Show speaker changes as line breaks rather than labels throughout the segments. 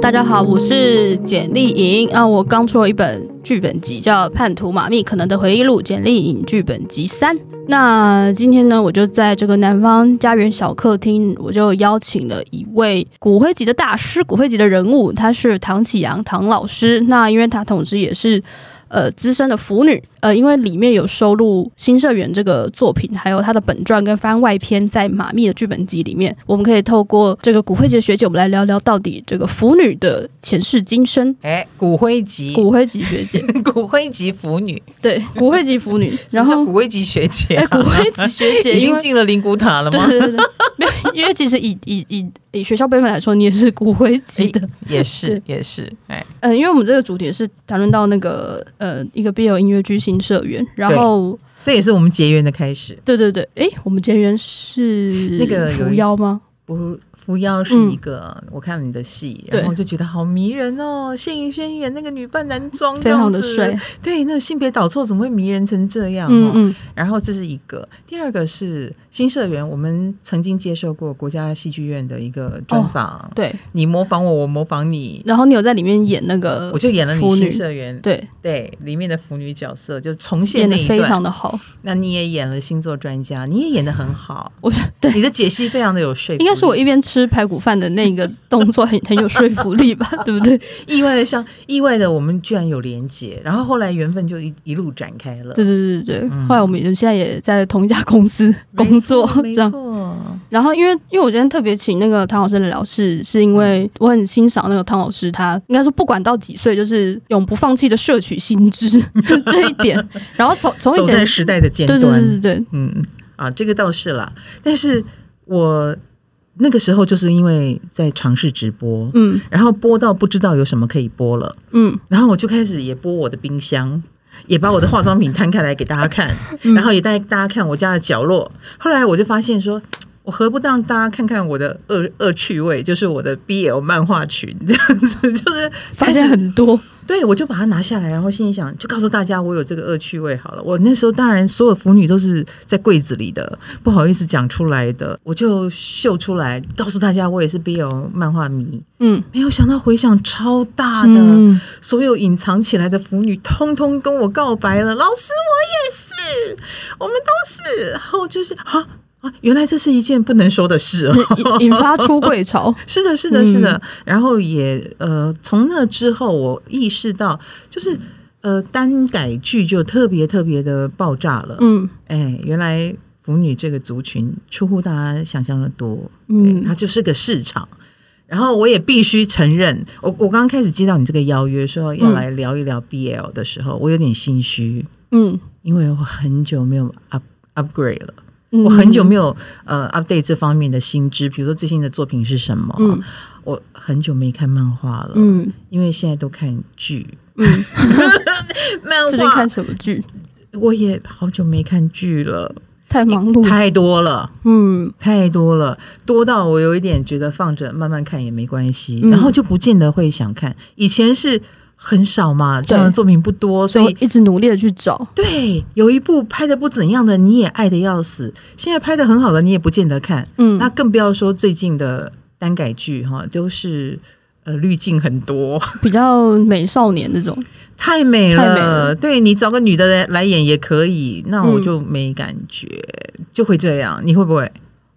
大家好，我是简丽莹啊，我刚出了一本剧本集，叫《叛徒马密可能的回忆录：简丽颖剧本集三》。那今天呢，我就在这个南方家园小客厅，我就邀请了一位骨灰级的大师，骨灰级的人物，他是唐启阳唐老师。那因为他同时也是呃资深的腐女，呃，因为里面有收录新社员这个作品，还有他的本传跟番外篇，在马密的剧本集里面，我们可以透过这个骨灰级的学姐，我们来聊聊到底这个腐女的前世今生。
哎，骨灰级
骨灰级学姐，
骨灰级腐女，
对，骨灰级腐女，
什
然
么叫
后
骨。灰级学姐
哎，
啊、
骨灰级学姐
已
因
经
为
进了灵骨塔了
对
吗？
对对对，没有，因为其实以以以以学校辈分来说，你也是骨灰级的。
也是也是，哎，
嗯，因为我们这个主题是谈论到那个呃一个 BL 音乐剧新社员，然后
这也是我们结缘的开始。
对对对，诶，我们结缘是
那个有一
扶摇吗？
不，扶摇是一个，我看了你的戏，
嗯对
然后就觉得好迷人哦。谢云轩演那个女扮男装，
非常的
这
帅
样子，，对，那个性别导错怎么会迷人成这样、哦？
嗯嗯，
然后这是一个，第二个是新社员，我们曾经接受过国家戏剧院的一个专访，
对。
你模仿我，我模仿你，
然后你有在里面演那个
我，就演了你
腐女
新社员
对，
对里面的腐女角色，就重现
演的
那一
非
段。
常的好。
那你也演了星座专家，你也演的很好，
我对，
你的解析非常的有说服力。
应该是我一边吃排骨饭的那个动作很很有说服力 吧，对不对？
意外的像意外的，我们居然有连结，然后后来缘分就一一路展开了。
对对对对对。后来我们也现在也在同一家公司
嗯没错，
工作，这
没
样。
错，
然后因为因为我今天特别请那个唐老师来聊是，是因
嗯
为我很欣赏那个唐老师他，应该说不管到几岁，就是永不放弃的摄取新知 这一点。然后从从以
走在
前，
时代的尖
对对
端。
对对对，
嗯啊，这个倒是啦，但是我那个时候就是因为在尝试直播，
嗯
然后播到不知道有什么可以播了，
嗯，
然后我就开始也播我的冰箱。也把我的化妆品摊开来给大家看，
嗯
然后也带大家看我家的角落。后来我就发现说，我何不让大家看看我的恶恶趣味，就是我的 BL 漫画群这样子，就是
发
开
现
始
很多，
对，我就把它拿下来，然后心里想，就告诉大家我有这个恶趣味好了。我那时候当然所有腐女都是在柜子里的，不好意思讲出来的，我就秀出来，告诉大家我也是 BL 漫画迷。
嗯
没有想到回响超大的，
嗯，
所有隐藏起来的腐女通通跟我告白了。老师，我也是，我们都是。然后就是啊啊，原来这是一件不能说的事哦。
引引发出柜潮，
是的，是的，是的。然后也呃，从那之后，我意识到，就是呃，单改剧就特别特别的爆炸了。
嗯
哎，原来腐女这个族群出乎大家想象的多，对，
嗯
它就是个市场。然后我也必须承认，我我刚开始接到你这个邀约，说要
嗯
来聊一聊 BL 的时候，我有点心虚，
嗯
因为我很久没有 up upgrade 了，
嗯，
我很久没有呃 update 这方面的新知，比如说最新的作品是什么，
嗯
我很久没看漫画了，
嗯
因为现在都看剧。
嗯，
漫
最近看什么剧？
我也好久没看剧了，
太忙碌了，
太多了，
嗯
太多了，多到我有一点觉得放着慢慢看也没关系，
嗯
然后就不见得会想看。以前是很少嘛，这样的作品不多，所
所以
以
我一直努力的去找，
对有一部拍的不怎样的你也爱的要死，现在拍的很好的你也不见得看，
嗯
那更不要说最近的单改剧哈，都是呃滤镜很 多。
比较美少年那种，
太美了，
太美了
对你找个女的来来演也可以，那我就没感觉，
嗯
就会这样。你会不会？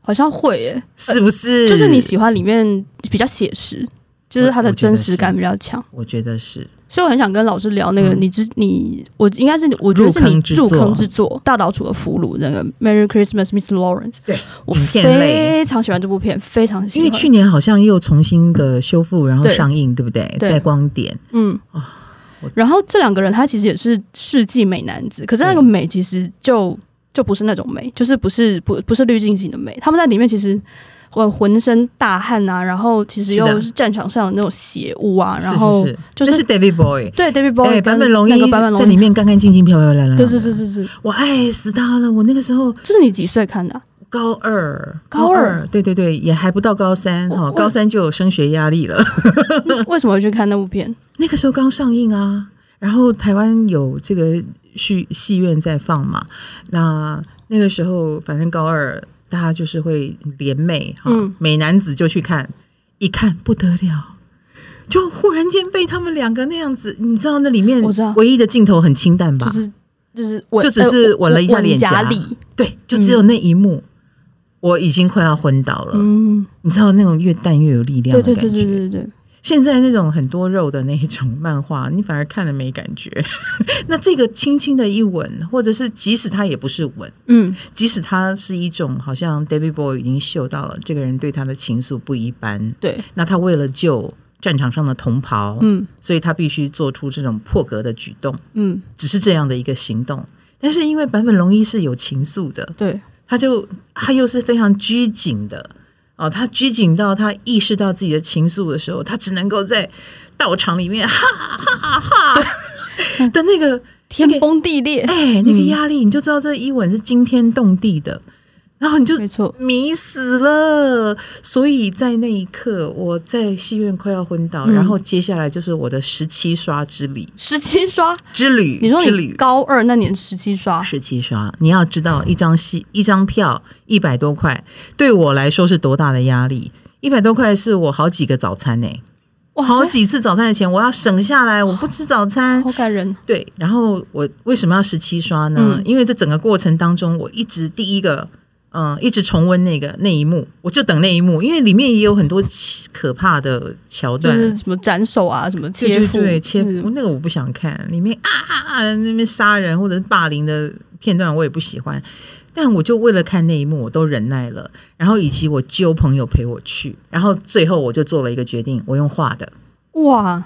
好像会耶，
是不是？
就是你喜欢里面比较写实，就是它的真实感比较强。
我觉得是
所以我很想跟老师聊那个，
嗯
你之你我应该是你我觉得是
入
你
坑之
入
作
坑之作《大岛主的俘虏》那个《Merry Christmas, Miss Lawrence》，
对
我
影片类
非常喜欢这部片，非常喜
因
欢。
为去年好像又重新的修复，然后
对
上映，对不对？
对
在光点，
嗯
我，
然后这两个人他其实也是世纪美男子，可是那个
对
美其实就就不是那种
嗯
美，就是不是不不是滤镜型的美，他们在里面其实。浑浑身大汗啊，然后其实
是的
又是战场上的那种血雾啊，然
是
后
是是，
就
这是 David Boy。
对 David
哎，
Boy
版
跟
本龙
那
一
个版本龙
在里面啊干干净净、漂漂亮亮。
对对对，对对，
我爱死他了！我那个时候
这是你几岁看的啊、
高二，
高二
对对对，也还不到高三
我
哈，
我
高三就有升学压力了。
为什么会去看那部 片？
那个时候刚上映啊，然后台湾有这个戏戏院在放嘛，那那个时候反正高二大家就是会联袂哈
嗯，
美男子就去看，一看不得了，就忽然间被他们两个那样子，你知道那里面
我知道
唯一的镜头很清淡吧？
就是就是吻，
就只是吻了一下脸颊
颊里，
对，就只有那一幕，我已经快要昏倒了。
嗯，
你知道那种越淡越有力
对
量呃的
对
感
对
觉。
对对对，
现在那种很多肉的那一种漫画，你反而看了没感觉。 那这个轻轻的一吻，或者是即使它也不是吻，
嗯，
即使它是一种好像 David Boy 已经嗅到了这个人对他的情愫不一般，
对，
那他为了救战场上的同袍，
嗯
所以他必须做出这种破格的举动，
嗯，
只是这样的一个行动。但是因为坂本龙一是有情愫的，
对，
他就他又是非常拘谨的哦，他拘谨到他意识到自己的情愫的时候，他只能够在道场里面哈哈哈的 那个
天崩地裂，
哎那个
嗯
压力，你就知道这一吻是惊天动地的，然后你就
没错，
迷死了。所以在那一刻，我在戏院快要昏倒，
嗯
然后接下来就是我的十七刷之旅
十七刷，
之旅
你说
之
你
旅。
高二那年十七刷，
十七刷，你要知道，一张戏一张票一百多块，对我来说是多大的压力？一百多块是我好几个早餐呢、
哇，
好几次早餐的钱，我要省下来，我不吃 早餐。
好感人，
对，然后我为什么要十七刷呢？
嗯
因为这整个过程当中，我一直第一个，嗯、一直重温那个那一幕，我就等那一幕，因为里面也有很多奇可怕的桥
就
段，
是什么斩首啊，什么切
对
腹，
对对，切腹
嗯
那个我不想看，里面啊啊啊那边杀人或者是霸凌的片段我也不喜欢，但我就为了看那一幕我都忍耐了，然后以及我揪朋友陪我去，然后最后我就做了一个决定，我用画的，
哇，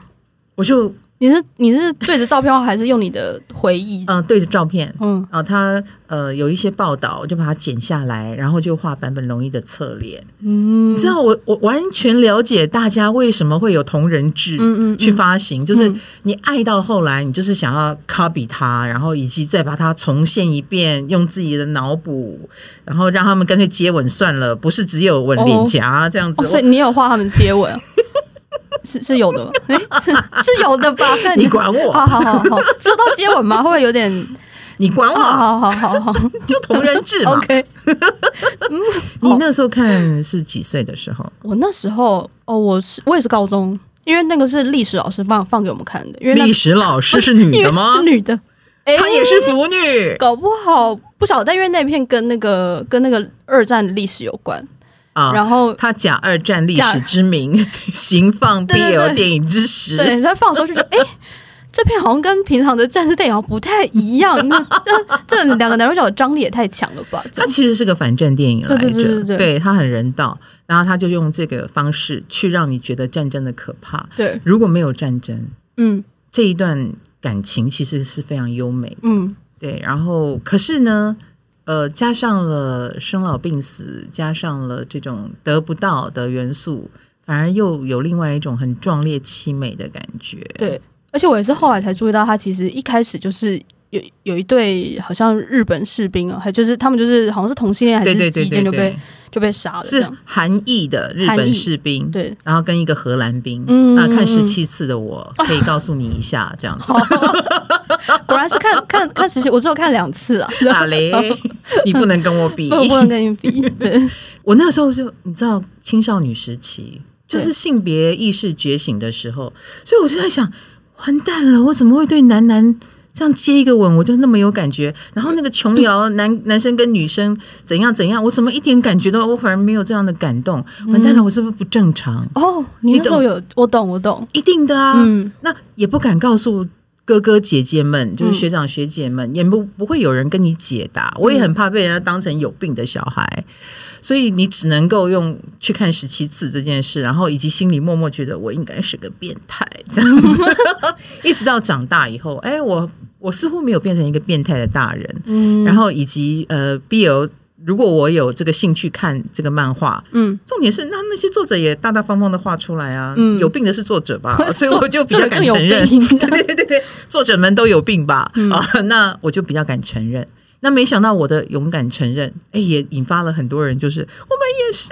我就
你是你是对着照片还是用你的回忆？
嗯、呃对着照片。
嗯，
啊，他呃有一些报道，我就把它剪下来，然后就画坂本龙一的侧脸。
嗯
你知道我我完全了解大家为什么会有同人志，
嗯嗯嗯
去发行，就是
嗯
你爱到后来，你就是想要 copy 它，然后以及再把它重现一遍，用自己的脑补，然后让他们干脆接吻算了，不是只有吻脸颊这样子。
哦，所以你有画他们接吻啊， 是是有的 吗？诶 是是有的吧？但
哦你管我
好好好好，说到接吻吗？会不会有 点？
你管
好
我，
好好好好
就同人志嘛。
哦 ，OK。哦
你那时候看是几岁的时候？
我那时候哦，我是我也是高中，因为那个是历史老师放放给我们看的，因为那
历史老师是女的吗
因为是？女的，哎
她也是腐女
搞不好不晓得，但因为那片跟那个跟那个二战历史有关，
啊。
然后
她假二战历史
假
之名，行放
对对
BL
对
电影之时，
对，他放的时候就觉 得，哎、这片好像跟平常的战士电影好像不太一样，那 这这两个男主角的张力也太强了吧？这
它
样
其实是个反战电影来着，
对对对对对
它很人道，然后他就用这个方式去让你觉得战争的可怕。
对，
如果没有战争，
嗯
这一段感情其实是非常优美。
嗯，
对，然后可是呢，呃，加上了生老病死，加上了这种得不到的元素，反而又有另外一种很壮烈凄美的感觉。
对。而且我也是后来才注意到，他其实一开始就是有有一对好像日本士兵啊，还就是他们就是好像是同性恋还
对
是
对
击
对
剑
对
就被
对，
就被杀了这
是
样。
韩裔的日
韩裔
本士兵，
对，
然后跟一个荷兰兵，
嗯
那看
嗯
十七次的我可以告诉你一下，这样子
好，果然是看看看实习，我只有看两次 啊，
打 雷，你不能跟我比。
不不能跟你比。对，
我那时候就你知道青少女时期，就
对
是性别意识觉醒的时候，所以我就在想，完蛋了，我怎么会对男男？这样接一个吻，我就那么有感觉。然后那个琼瑶 男男生跟女生怎样怎样，我怎么一点感觉都，我反而没有这样的感动。
嗯
完蛋了，我是不是不正常？
哦，你
你
那时候
懂
有我懂我懂，
一定的啊，
嗯
那也不敢告诉哥哥姐姐们，就是学长学姐们，也不不会有人跟你解答。
嗯
我也很怕被人家当成有病的小孩，所以你只能够用去看十七次这件事，然后以及心里默默觉得我应该是个变态这样 子，一直到长大以后，哎，我我似乎没有变成一个变态的大人，
嗯
然后以及呃，BL。如果我有这个兴趣看这个漫画，
嗯。
重点是，那那些作者也大大方方的画出来啊，
嗯，
有病的是作者吧 啊所以我就比较敢承认，
作者更有病 嗯
对对对对，作者们都有病吧，啊，那我就比较敢承认。那没想到我的勇敢承认，哎，也引发了很多人，就是我们也是、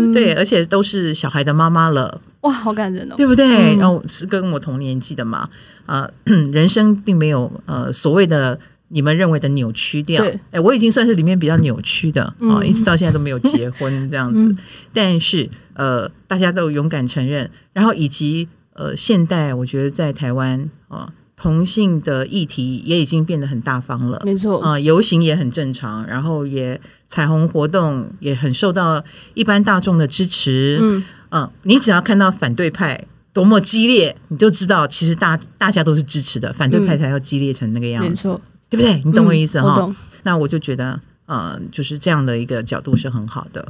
嗯
对，而且都是小孩的妈妈了，
哇，好感人哦！
对不对？
嗯
然后是跟我同年纪的嘛，啊、 人生并没有呃所谓的你们认为的扭曲掉
对。
哎，我已经算是里面比较扭曲的啊、
嗯
一直到现在都没有结婚这样子。
嗯
但是呃，大家都勇敢承认，然后以及。呃，现代我觉得在台湾啊、同性的议题也已经变得很大方了。
没错，
啊、游行也很正常，然后也彩虹活动也很受到一般大众的支持。
嗯，
嗯，你只要看到反对派多么激烈，你就知道其实大大家都是支持的，反对派才要激烈成那个样
嗯没
子，
错，
对不对？你懂我意思
嗯
哈、
我懂。
那我就觉得，呃，就是这样的一个角度是很好的。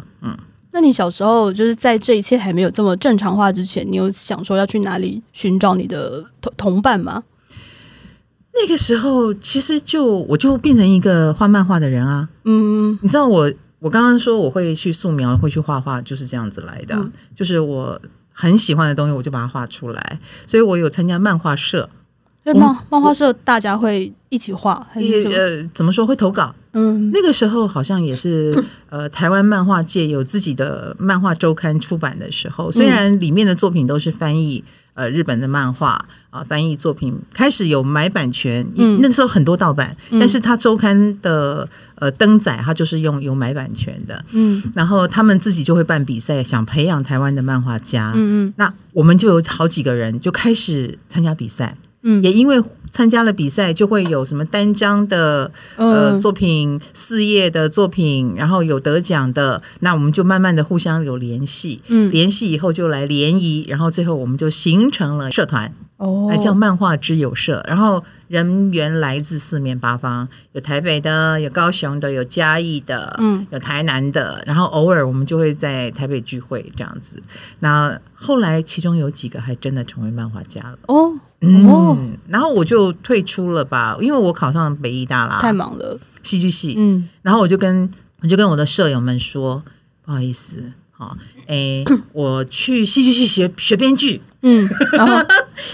那你小时候就是在这一切还没有这么正常化之前，你有想说要去哪里寻找你的同同伴吗？
那个时候，其实就我就变成一个画漫画的人啊。
嗯，
你知道我，我刚刚说我会去素描，会去画画，就是这样子来的。
嗯
就是我很喜欢的东西，我就把它画出来。所以我有参加漫画社，
因为漫漫画社大家会一起画还是
嗯也
什哎么？
呃，怎么说会投稿。
嗯，
那个时候好像也是呃，台湾漫画界有自己的漫画周刊出版的时候，
嗯
虽然里面的作品都是翻译。呃，日本的漫画啊、翻译作品开始有买版权，
嗯
那时候很多盗版，
嗯
但是它周刊的呃登载，它就是用有买版权的，
嗯
然后他们自己就会办比赛，想培养台湾的漫画家。
嗯
那我们就有好几个人就开始参加比赛，
嗯
也因为参加了比赛，就会有什么单张的呃
嗯，
作品事业的作品，然后有得奖的，那我们就慢慢的互相有联系，
嗯
联系以后就来联谊，然后最后我们就形成了社团，哎
哦
来叫漫画之友社，然后人员来自四面八方，有台北的，有高雄的，有嘉义的，
嗯
有台南的，然后偶尔我们就会在台北聚会这样子。那后来其中有几个还真的成为漫画家了，
哦哦，
嗯，然后我就退出了吧，因为我考上北医大啦，
太忙了，
戏剧系，
嗯
然后我就跟我就跟我的舍友们说，不好意思，好、诶 我去戏剧系学学编剧，
嗯，然后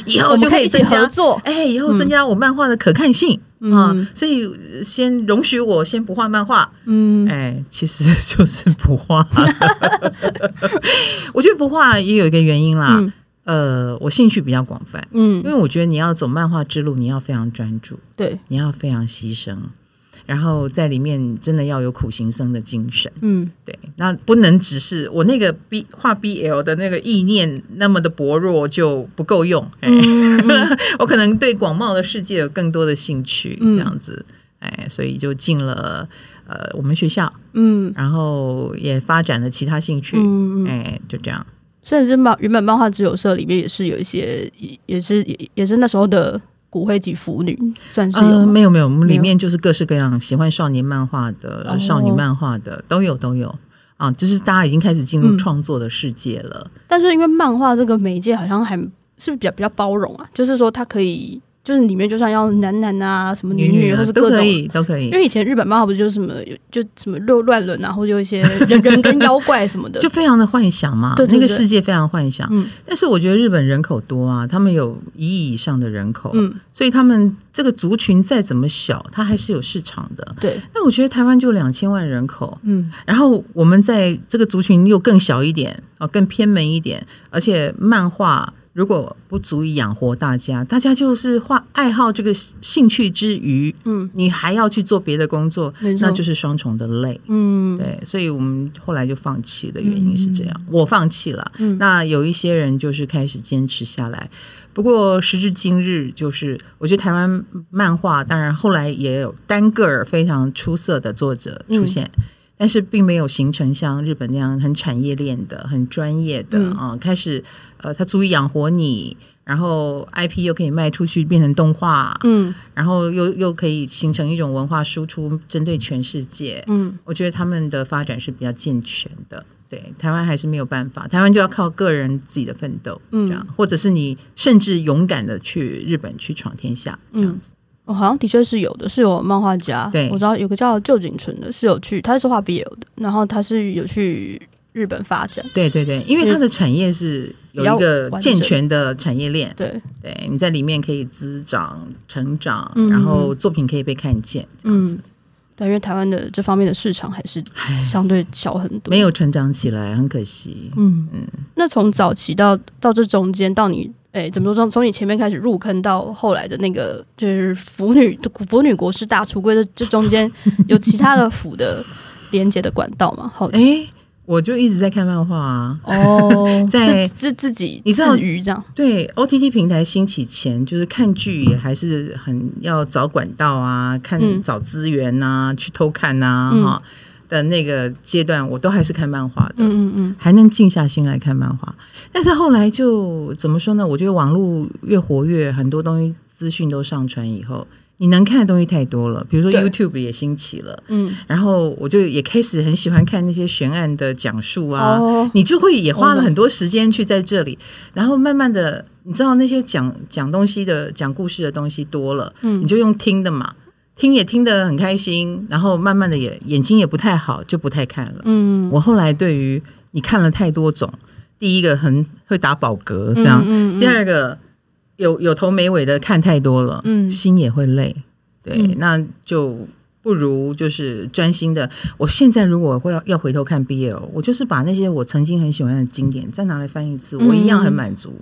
以
我
后
们
就
可以一
以
起
增
合
加，
作，
哎，以后增加我漫画的可看
哦
性、
嗯
啊，所以呃先容许我先不画漫画，
嗯
哎，其实就是不画， 我觉得不画也有一个原因啦，
嗯
呃，我兴趣比较广泛。因
嗯，
为我觉得你要走漫画之路，你要非常专注，
对，
你要非常牺牲，然后在里面真的要有苦行僧的精神。
嗯
对，那不能只是我那个 B 画 BL 的那个意念那么的薄弱就不够用，哎、
嗯 嗯
我可能对广袤的世界有更多的兴趣，
嗯
这样子，哎，所以就进了呃我们学校，
嗯
然后也发展了其他兴趣，
嗯嗯，
哎，就这样，
所以这漫原本漫画之友社里面也是有一些，也也是也也是那时候的骨灰级腐女，算是有
呃，
吗
没有没有，我们
没
里
有
面就是各式各样喜欢少年漫画的、
哦
少女漫画的都有都有。啊，就是大家已经开始进入
嗯
创作的世界了，
但是因为漫画这个媒介好像还是不是比较比较包容啊，就是说它可以，就是里面就算要男男啊，什么女
女
女，
啊
或是
都
各
可
种。
以，都可以
因，为以前日本漫画不就是什么有就什么六乱伦啊，或者有一些人人跟妖怪什么的，
就非常的幻想嘛，
对对
那个
对
世界非常幻想。
嗯
但是我觉得日本人口多啊，他们有一亿以上的人口，
嗯
所以他们这个族群再怎么小，它还是有市场的。
对
那我觉得台湾就两千万人口，
嗯
然后我们在这个族群又更小一点啊，更偏门一点，而且漫画。如果不足以养活大家，大家就是画爱好这个兴趣之余，
嗯，
你还要去做别的工作，
没错，
那就是双重的累。
嗯
对，所以我们后来就放弃的原因是这样，我放弃了。
嗯
那有一些人就是开始坚持下来，不过时至今日，就是我觉得台湾漫画，当然后来也有单个儿非常出色的作者出现。
嗯
但是并没有形成像日本那样很产业链的、很专业的
嗯
啊、开始呃，它足以养活你，然后 IP 又可以卖出去变成动画，
嗯
然后又又可以形成一种文化输出，针对全世界。
嗯
我觉得他们的发展是比较健全的。对，台湾还是没有办法，台湾就要靠个人自己的奋斗，这样，
嗯
或者是你甚至勇敢的去日本去闯天下，这样
嗯
子。，
我好像的确是有的，是有漫画家，
对
我知道有个叫旧井纯的，是有去，他是画 BL 的，然后他是有去日本发展，
对对对，因为它的产业是有一个
比较完整
健全的产业链，
对，
对，你在里面可以滋长、成长，
嗯
然后作品可以被看见，这样子
嗯。，对，因为台湾的这方面的市场还是
唉
相对小很多，
没有成长起来，很可惜。
嗯，那从早期到到这中间，到你哎怎么说？从从你前面开始入坑到后来的那个就是腐女腐女国师大出柜，这这中间有其他的腐的连接的管道吗？好奇，
哎，我就一直在看漫画啊。
哦，
在
是自自己
你知道
自娱这样，
对 OTT 平台兴起前，就是看剧也还是很要找管道啊，看
嗯
找资源呐、去偷看呐、
嗯
哈、的那个阶段，我都还是看漫画的。
嗯嗯嗯，
还能静下心来看漫画。但是后来就怎么说呢？我觉得网络越活跃，很多东西资讯都上传以后，你能看的东西太多了。比如说
对
YouTube 也兴起了，
嗯，
然后我就也开始很喜欢看那些悬案的讲述啊。
哦，
你就会也花了很多时间去在这里，
Oh
然后慢慢的，你知道那些讲讲东西的、讲故事的东西多了，
嗯
你就用听的嘛，听也听得很开心，然后慢慢的也眼睛也不太好，就不太看了。
嗯，
我后来对于你看了太多种，第一个很会打饱嗝这样，
嗯
第，二个有有头没尾的看太多了，
嗯
心也会累。对，
嗯
那就不如就是专心的。我现在如果会要要回头看 BL，我就是把那些我曾经很喜欢的经典再拿来翻一次，
嗯
我一样很满足。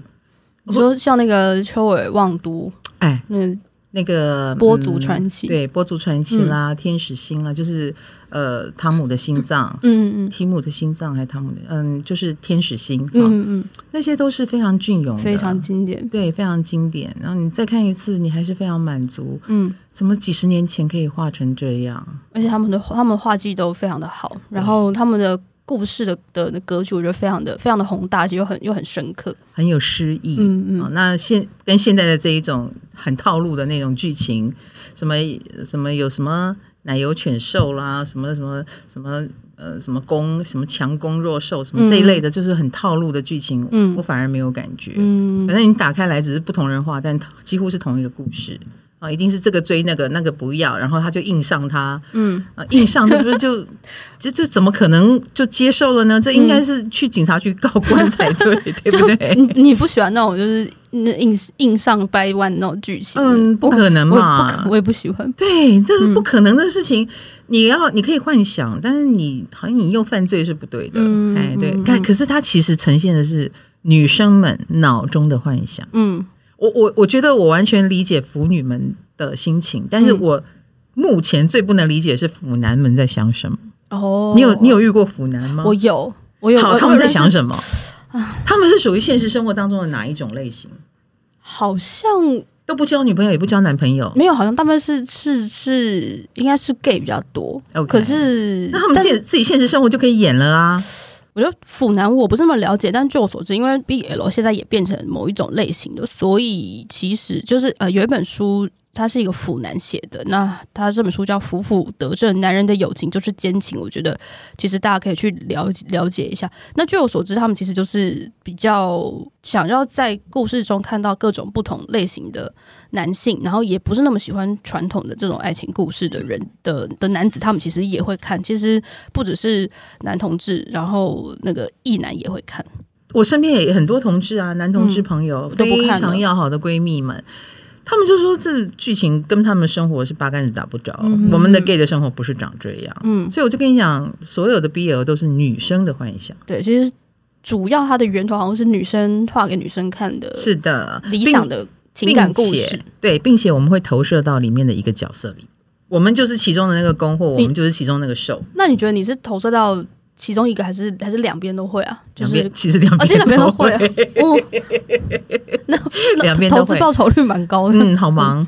你说像那个秋尾望都，
哎，
那个
那个
波族
嗯
传奇，，嗯
对波族传奇啦，天使心啦，就是呃汤姆的心脏。
嗯嗯
提姆的心脏还是汤姆的，嗯，就是天使心，啊
嗯嗯
那些都是非常隽
嗯，
永的，
非常经典，
对，非常经典。然后你再看一次，你还是非常满足。
嗯，
怎么几十年前可以画成这样？
而且他们的他们画技都非常的好，
嗯
然后他们的故事的的的格局，我觉得非常的非常的宏大，而且又很又很深刻，
很有诗意。
嗯嗯
啊，那现跟现在的这一种很套路的那种剧情，什么什么有什么奶油犬兽啦，什么什么什么呃什么攻什么强攻弱受什么这一类的，就是很套路的剧情，
嗯
我反而没有感觉。
嗯
反正你打开来只是不同人画，但几乎是同一个故事啊，一定是这个追那个，那个不要，然后他就硬上他，
嗯
啊，硬上这不是就这这怎么可能就接受了呢？这应该是去警察局告官才 对，对不对？
你嗯你不喜欢那种就是那硬硬上掰弯那种剧情，
嗯，不可能
我也不
嘛
可，。我嗯也不喜欢，
对，这是不可能的事情。你要，你可以幻想，但是你好像你又犯罪是不对的。
嗯
哎，对
嗯，
但
嗯
可是它其实呈现的是女生们脑中的幻想。
嗯
我我我觉得我完全理解腐女们的心情，但是
嗯
我目前最不能理解是腐男们在想什么。
哦，
你有你有遇过腐男吗？
我有我有，
好，
我
他们在
我
想
认识啊
什么？他们是属于现实生活当中的哪一种类型？
好像
都不交女朋友，也不交男朋友。
没有，好像他们是是是，应该是 gay 比较多。嗯
OK
可是，
那他们
但是
现自己现实生活就可以演了啊。
我觉得腐男我不是那么了解，但据我所知，因为 BL 现在也变成某一种类型的，所以其实就是呃，有一本书。它是一个腐男写的，那他这本书叫《腐腐得正：男人的友情就是奸情》，我觉得其实大家可以去了解了解一下。那据我所知，他们其实就是比较想要在故事中看到各种不同类型的男性，然后也不是那么喜欢传统的这种爱情故事的人的的男子，他们其实也会看。其实不只是男同志，然后那个异男也会看。
我身边也很多同志啊，男同志朋友、
嗯都不
非
看了
常要好的闺蜜们，他们就说这剧情跟他们生活是八竿子打不着。
嗯
我们的 gay 的生活不是长这样，
嗯，
所以我就跟你讲，所有的 BL 都是女生的幻想。
对，其实主要它的源头好像是女生画给女生看的
是的，
呃理想的情感故
并
事
且。对，并且我们会投射到里面的一个角色里，我们就是其中的那个攻，或我们就是其中那个受。
那你觉得你是投射到其中一个，还是还是两边都会啊？就
两
是
边其实两
而且两边
边
都
会
会，啊。哦，那 那
两边都
投资
会
报酬率蛮高的。
嗯，好忙，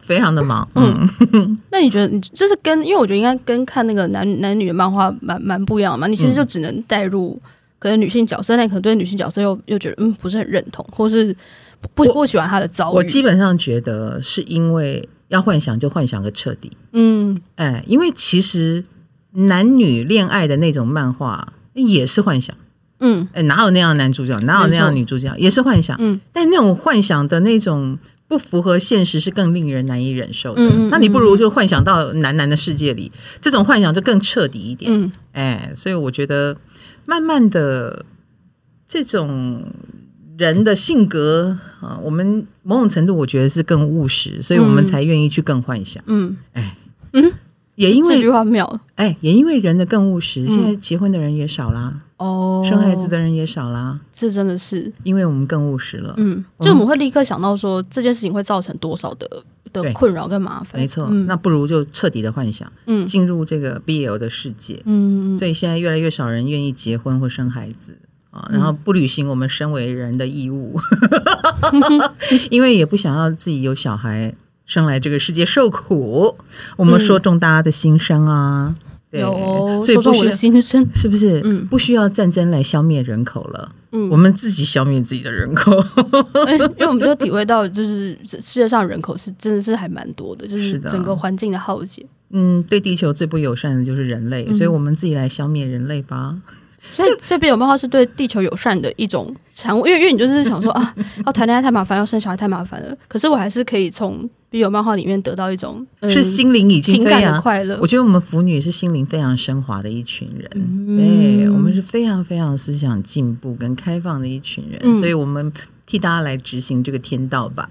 非常的忙，嗯，
那你觉得你就是跟，因为我觉得应该跟看那个男男女的漫画蛮蛮不一样的嘛。你其
嗯
实就只能带入可能女性角色，但可能对女性角色又又觉得嗯不是很认同，或是不
我
不喜欢她的遭遇。
我基本上觉得是因为要幻想就幻想个彻底，
嗯
哎，因为其实男女恋爱的那种漫画也是幻想。
嗯
哎，哪有那样的男主角，哪有那样的女主角，也是幻想。
嗯
但那种幻想的那种不符合现实，是更令人难以忍受的。
嗯嗯嗯
那你不如就幻想到男男的世界里，这种幻想就更彻底一点。
嗯
哎，所以我觉得，慢慢的，这种人的性格啊、我们某种程度我觉得是更务实，所以我们
嗯
才愿意去更幻想。哎
嗯，
也因
这
为
句话妙
哎，也因为人的更务实，
嗯
现在结婚的人也少啦，
哦，
生孩子的人也少啦，
这真的是
因为我们更务实了。
嗯嗯，就我们会立刻想到说这件事情会造成多少的的
对
困扰跟麻烦。
没错，
嗯
那不如就彻底的幻想，
嗯
进入这个 BL 的世界。
嗯嗯
所以现在越来越少人愿意结婚或生孩子啊，
嗯
然后不履行我们身为人的义务， 因为也不想要自己有小孩生来这个世界受苦。我们说中大家的心声啊，对，
有哦
所以
说说
不
我
需
的
要。
心 声。
是不是？
嗯
不需要战争来消灭人口了，
嗯
我们自己消灭自己的人口。
哎因为我们就体会到，就是世世界上人口是真的是还蛮多的，就是
是的
整个环境的浩劫。
嗯，对地球最不友善的就是人
嗯
类，所以我们自己来消灭人类吧。
所以这边有漫画是对地球友善的一种产物，因为因为你就是 想说啊，要谈恋爱太麻烦，要生小孩太麻烦了。可是我还是可以从笔友漫画里面得到一种、嗯、
是心灵已经
情
飞
感
扬
的，快乐
我。觉得我们腐女是心灵非常升华的一群人，
嗯
对我们是非常非常思想进步跟开放的一群人，
嗯
所以我们替大家来执行这个天道吧。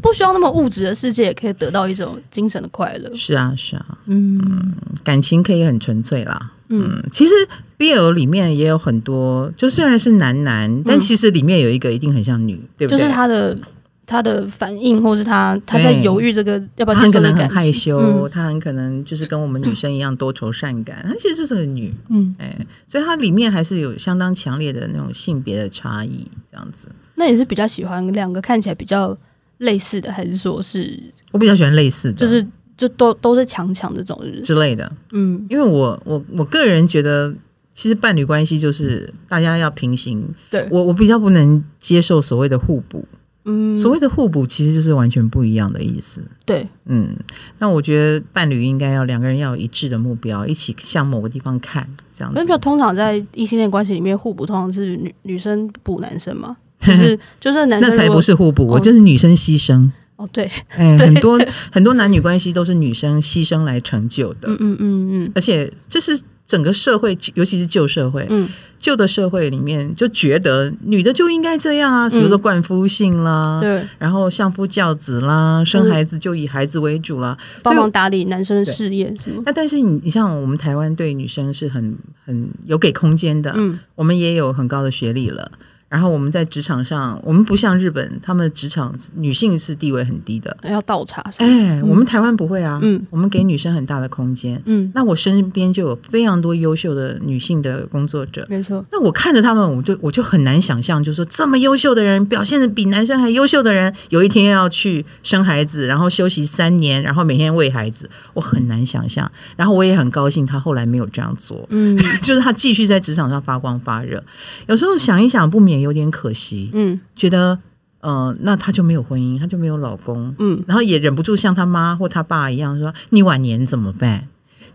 不需要那么物质的世界，也可以得到一种精神的快乐。
是啊，是啊，
嗯
感情可以很纯粹啦。
嗯，
嗯，其实 BL 里面也有很多，就虽然是男男，但其实里面有一个一定很像女，对
嗯
不
就
对？
是他的他的反应，或是他他在
对
犹豫这个要不
嗯他
要接受
很可
的
能很
感
害
情。
羞，
嗯
他很可能就是跟我们女生一样多愁善感，他其实就是个女，
嗯，
哎，所以它里面还是有相当强烈的那种性别的差异，这样子。
那也是比较喜欢两个看起来比较类似的，还是说是
我比较喜欢类似的，
就是就都都是强强这种，是不是
之类的，
嗯，
因为我我我个人觉得，其实伴侣关系就是大家要平行。
对，
我我比较不能接受所谓的互补，
嗯，
所谓的互补其实就是完全不一样的意思。
对，
嗯，那我觉得伴侣应该要两个人要有一致的目标，一起向某个地方看，这样
跟
子
就。通常在异性恋关系里面互补，通常是女女生补男生 嘛，就是就是男生
那才
如果
不是互补，
哦
我就是女生牺 牲。
哦，对，
哎，很多很多男女关系都是女生牺牲来成就的。
嗯嗯嗯
而且这是整个社会，尤其是旧社会，
嗯
旧的社会里面就觉得女的就应该这样啊，
嗯
比如说冠夫姓啦
嗯，，对，嗯
然后相夫教子啦，生孩子就以孩子为主啦。
帮
所以
忙打理男生的事业什么，
那但是你你像我们台湾对女生是很很有给空间的，
嗯
我们也有很高的学历了。然后我们在职场上，我们不像日本，他们的职场女性是地位很低的。
要倒茶什么，
哎，我们台湾不会啊，
嗯
我们给女生很大的空间。
嗯，
那我身边就有非常多优秀的女性的工作者，
没错，
那我看着他们，我就我就很难想象，就是说这么优秀的人，表现的比男生还优秀的人，有一天要去生孩子，然后休息三年，然后每天喂孩子，我很难想象。然后我也很高兴，他后来没有这样做，
嗯
就是他继续在职场上发光发热。有时候想一想，不免有点可惜，
嗯
觉得，呃，那他就没有婚姻，他就没有老公，
嗯，
然后也忍不住像他妈或他爸一样说：“你晚年怎么办？”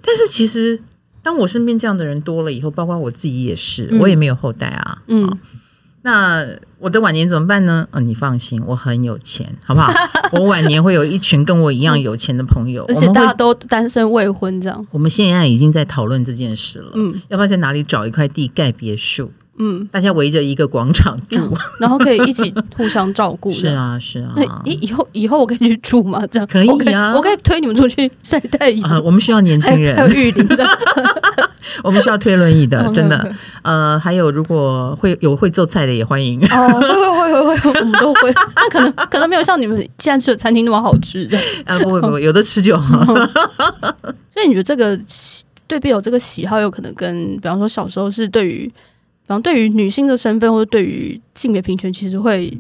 但是其实，当我身边这样的人多了以后，包括我自己也是，
嗯
我也没有后代啊。
嗯，
那我的晚年怎么办呢？嗯、你放心，我很有钱，好 不好？我晚年会有一群跟我一样有钱的朋友，
而
我
且
们
大家
会。
都单身未婚这样，
我们现在已经在讨论这件事了，
嗯
要不要在哪里找一块地盖别墅？
嗯，
大家围着一个广场住。
然后可以一起互相照顾，
是。啊，是啊
那。以以后以后我可以去住吗？这样
可以
我可以
啊
我可以推你们出去晒太
啊，
阳，
我们需要年
还
轻人
还有，玉林 这样，哦
我们需要推轮椅的，真的。
OK，OK
呃，还有如果会有会做菜的也 欢迎。
哦，会会会会会，我们都会，但可能可能没有像你们现在吃的餐厅那么好吃这样。
啊，不会 不会，有的吃就好。
所以你觉得这个喜对必有这个喜好，有可能跟比方说小时候是对于，比方对于女性的身份或者对于性别平权，其实会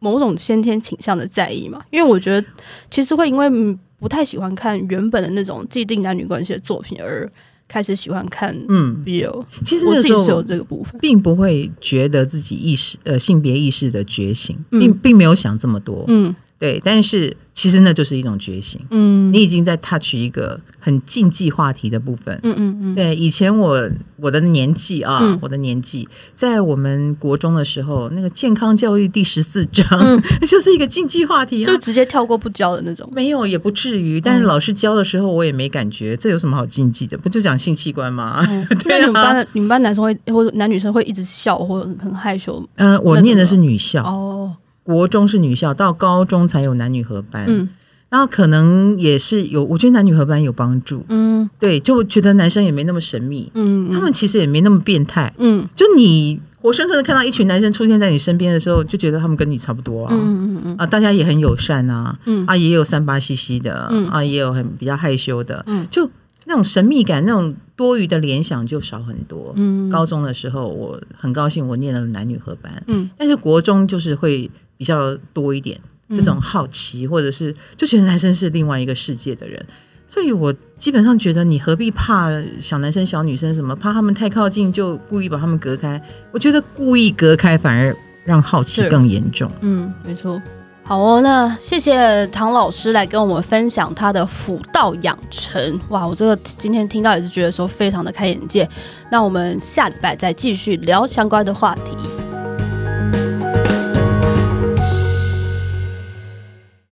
某种先天倾向的在意嘛？因为我觉得其实会因为嗯不太喜欢看原本的那种既定男女关系的作品，而开始喜欢看
嗯，
必有。
其实
我
那
自
时
己是有
候
这个部分，
并不会觉得自己意识呃性别意识的觉醒，
嗯
并并没有想这么多。
嗯
对，但是其实那就是一种觉醒，
嗯
你已经在 touch 一个很禁忌话题的部分。
嗯嗯嗯，
对，以前我我的年纪啊，
嗯
我的年纪，在我们国中的时候，那个健康教育第十四章、
嗯
就是一个禁忌话题啊，
就直接跳过不教的那种。
没有，也不至于。
嗯
但是老师教的时候，我也没感觉，这有什么好禁忌的？不就讲性器官吗？
那你们班
啊
的你们班男生会或者男女生会一直笑或者很很害羞
嗯、我念的是女校，
哦，
国中是女校，到高中才有男女合班。
嗯
然后可能也是有，我觉得男女合班有帮助。
嗯
对，就觉得男生也没那么神秘，
嗯
他们其实也没那么变态。
嗯
就你活生生的看到一群男生出现在你身边的时候，就觉得他们跟你差不多啊。
嗯嗯嗯
啊，大家也很友善啊，
嗯
啊，也有三八兮兮的，
嗯
啊，也有很比较害羞的，
嗯
就那种神秘感，那种多余的联想就少很多。
嗯，
高中的时候，我很高兴我念了男女合班，
嗯，
但是国中就是会比较多一点这种好奇，或者是就觉得男生是另外一个世界的人，所以我基本上觉得你何必怕小男生小女生什么，怕他们太靠近就故意把他们隔开，我觉得故意隔开反而让好奇
是
更严重。
嗯，没错。好哦，那谢谢唐老师来跟我们分享他的辅道养成。哇，我这个今天听到也是觉得说非常的开眼界。那我们下礼拜再继续聊相关的话题。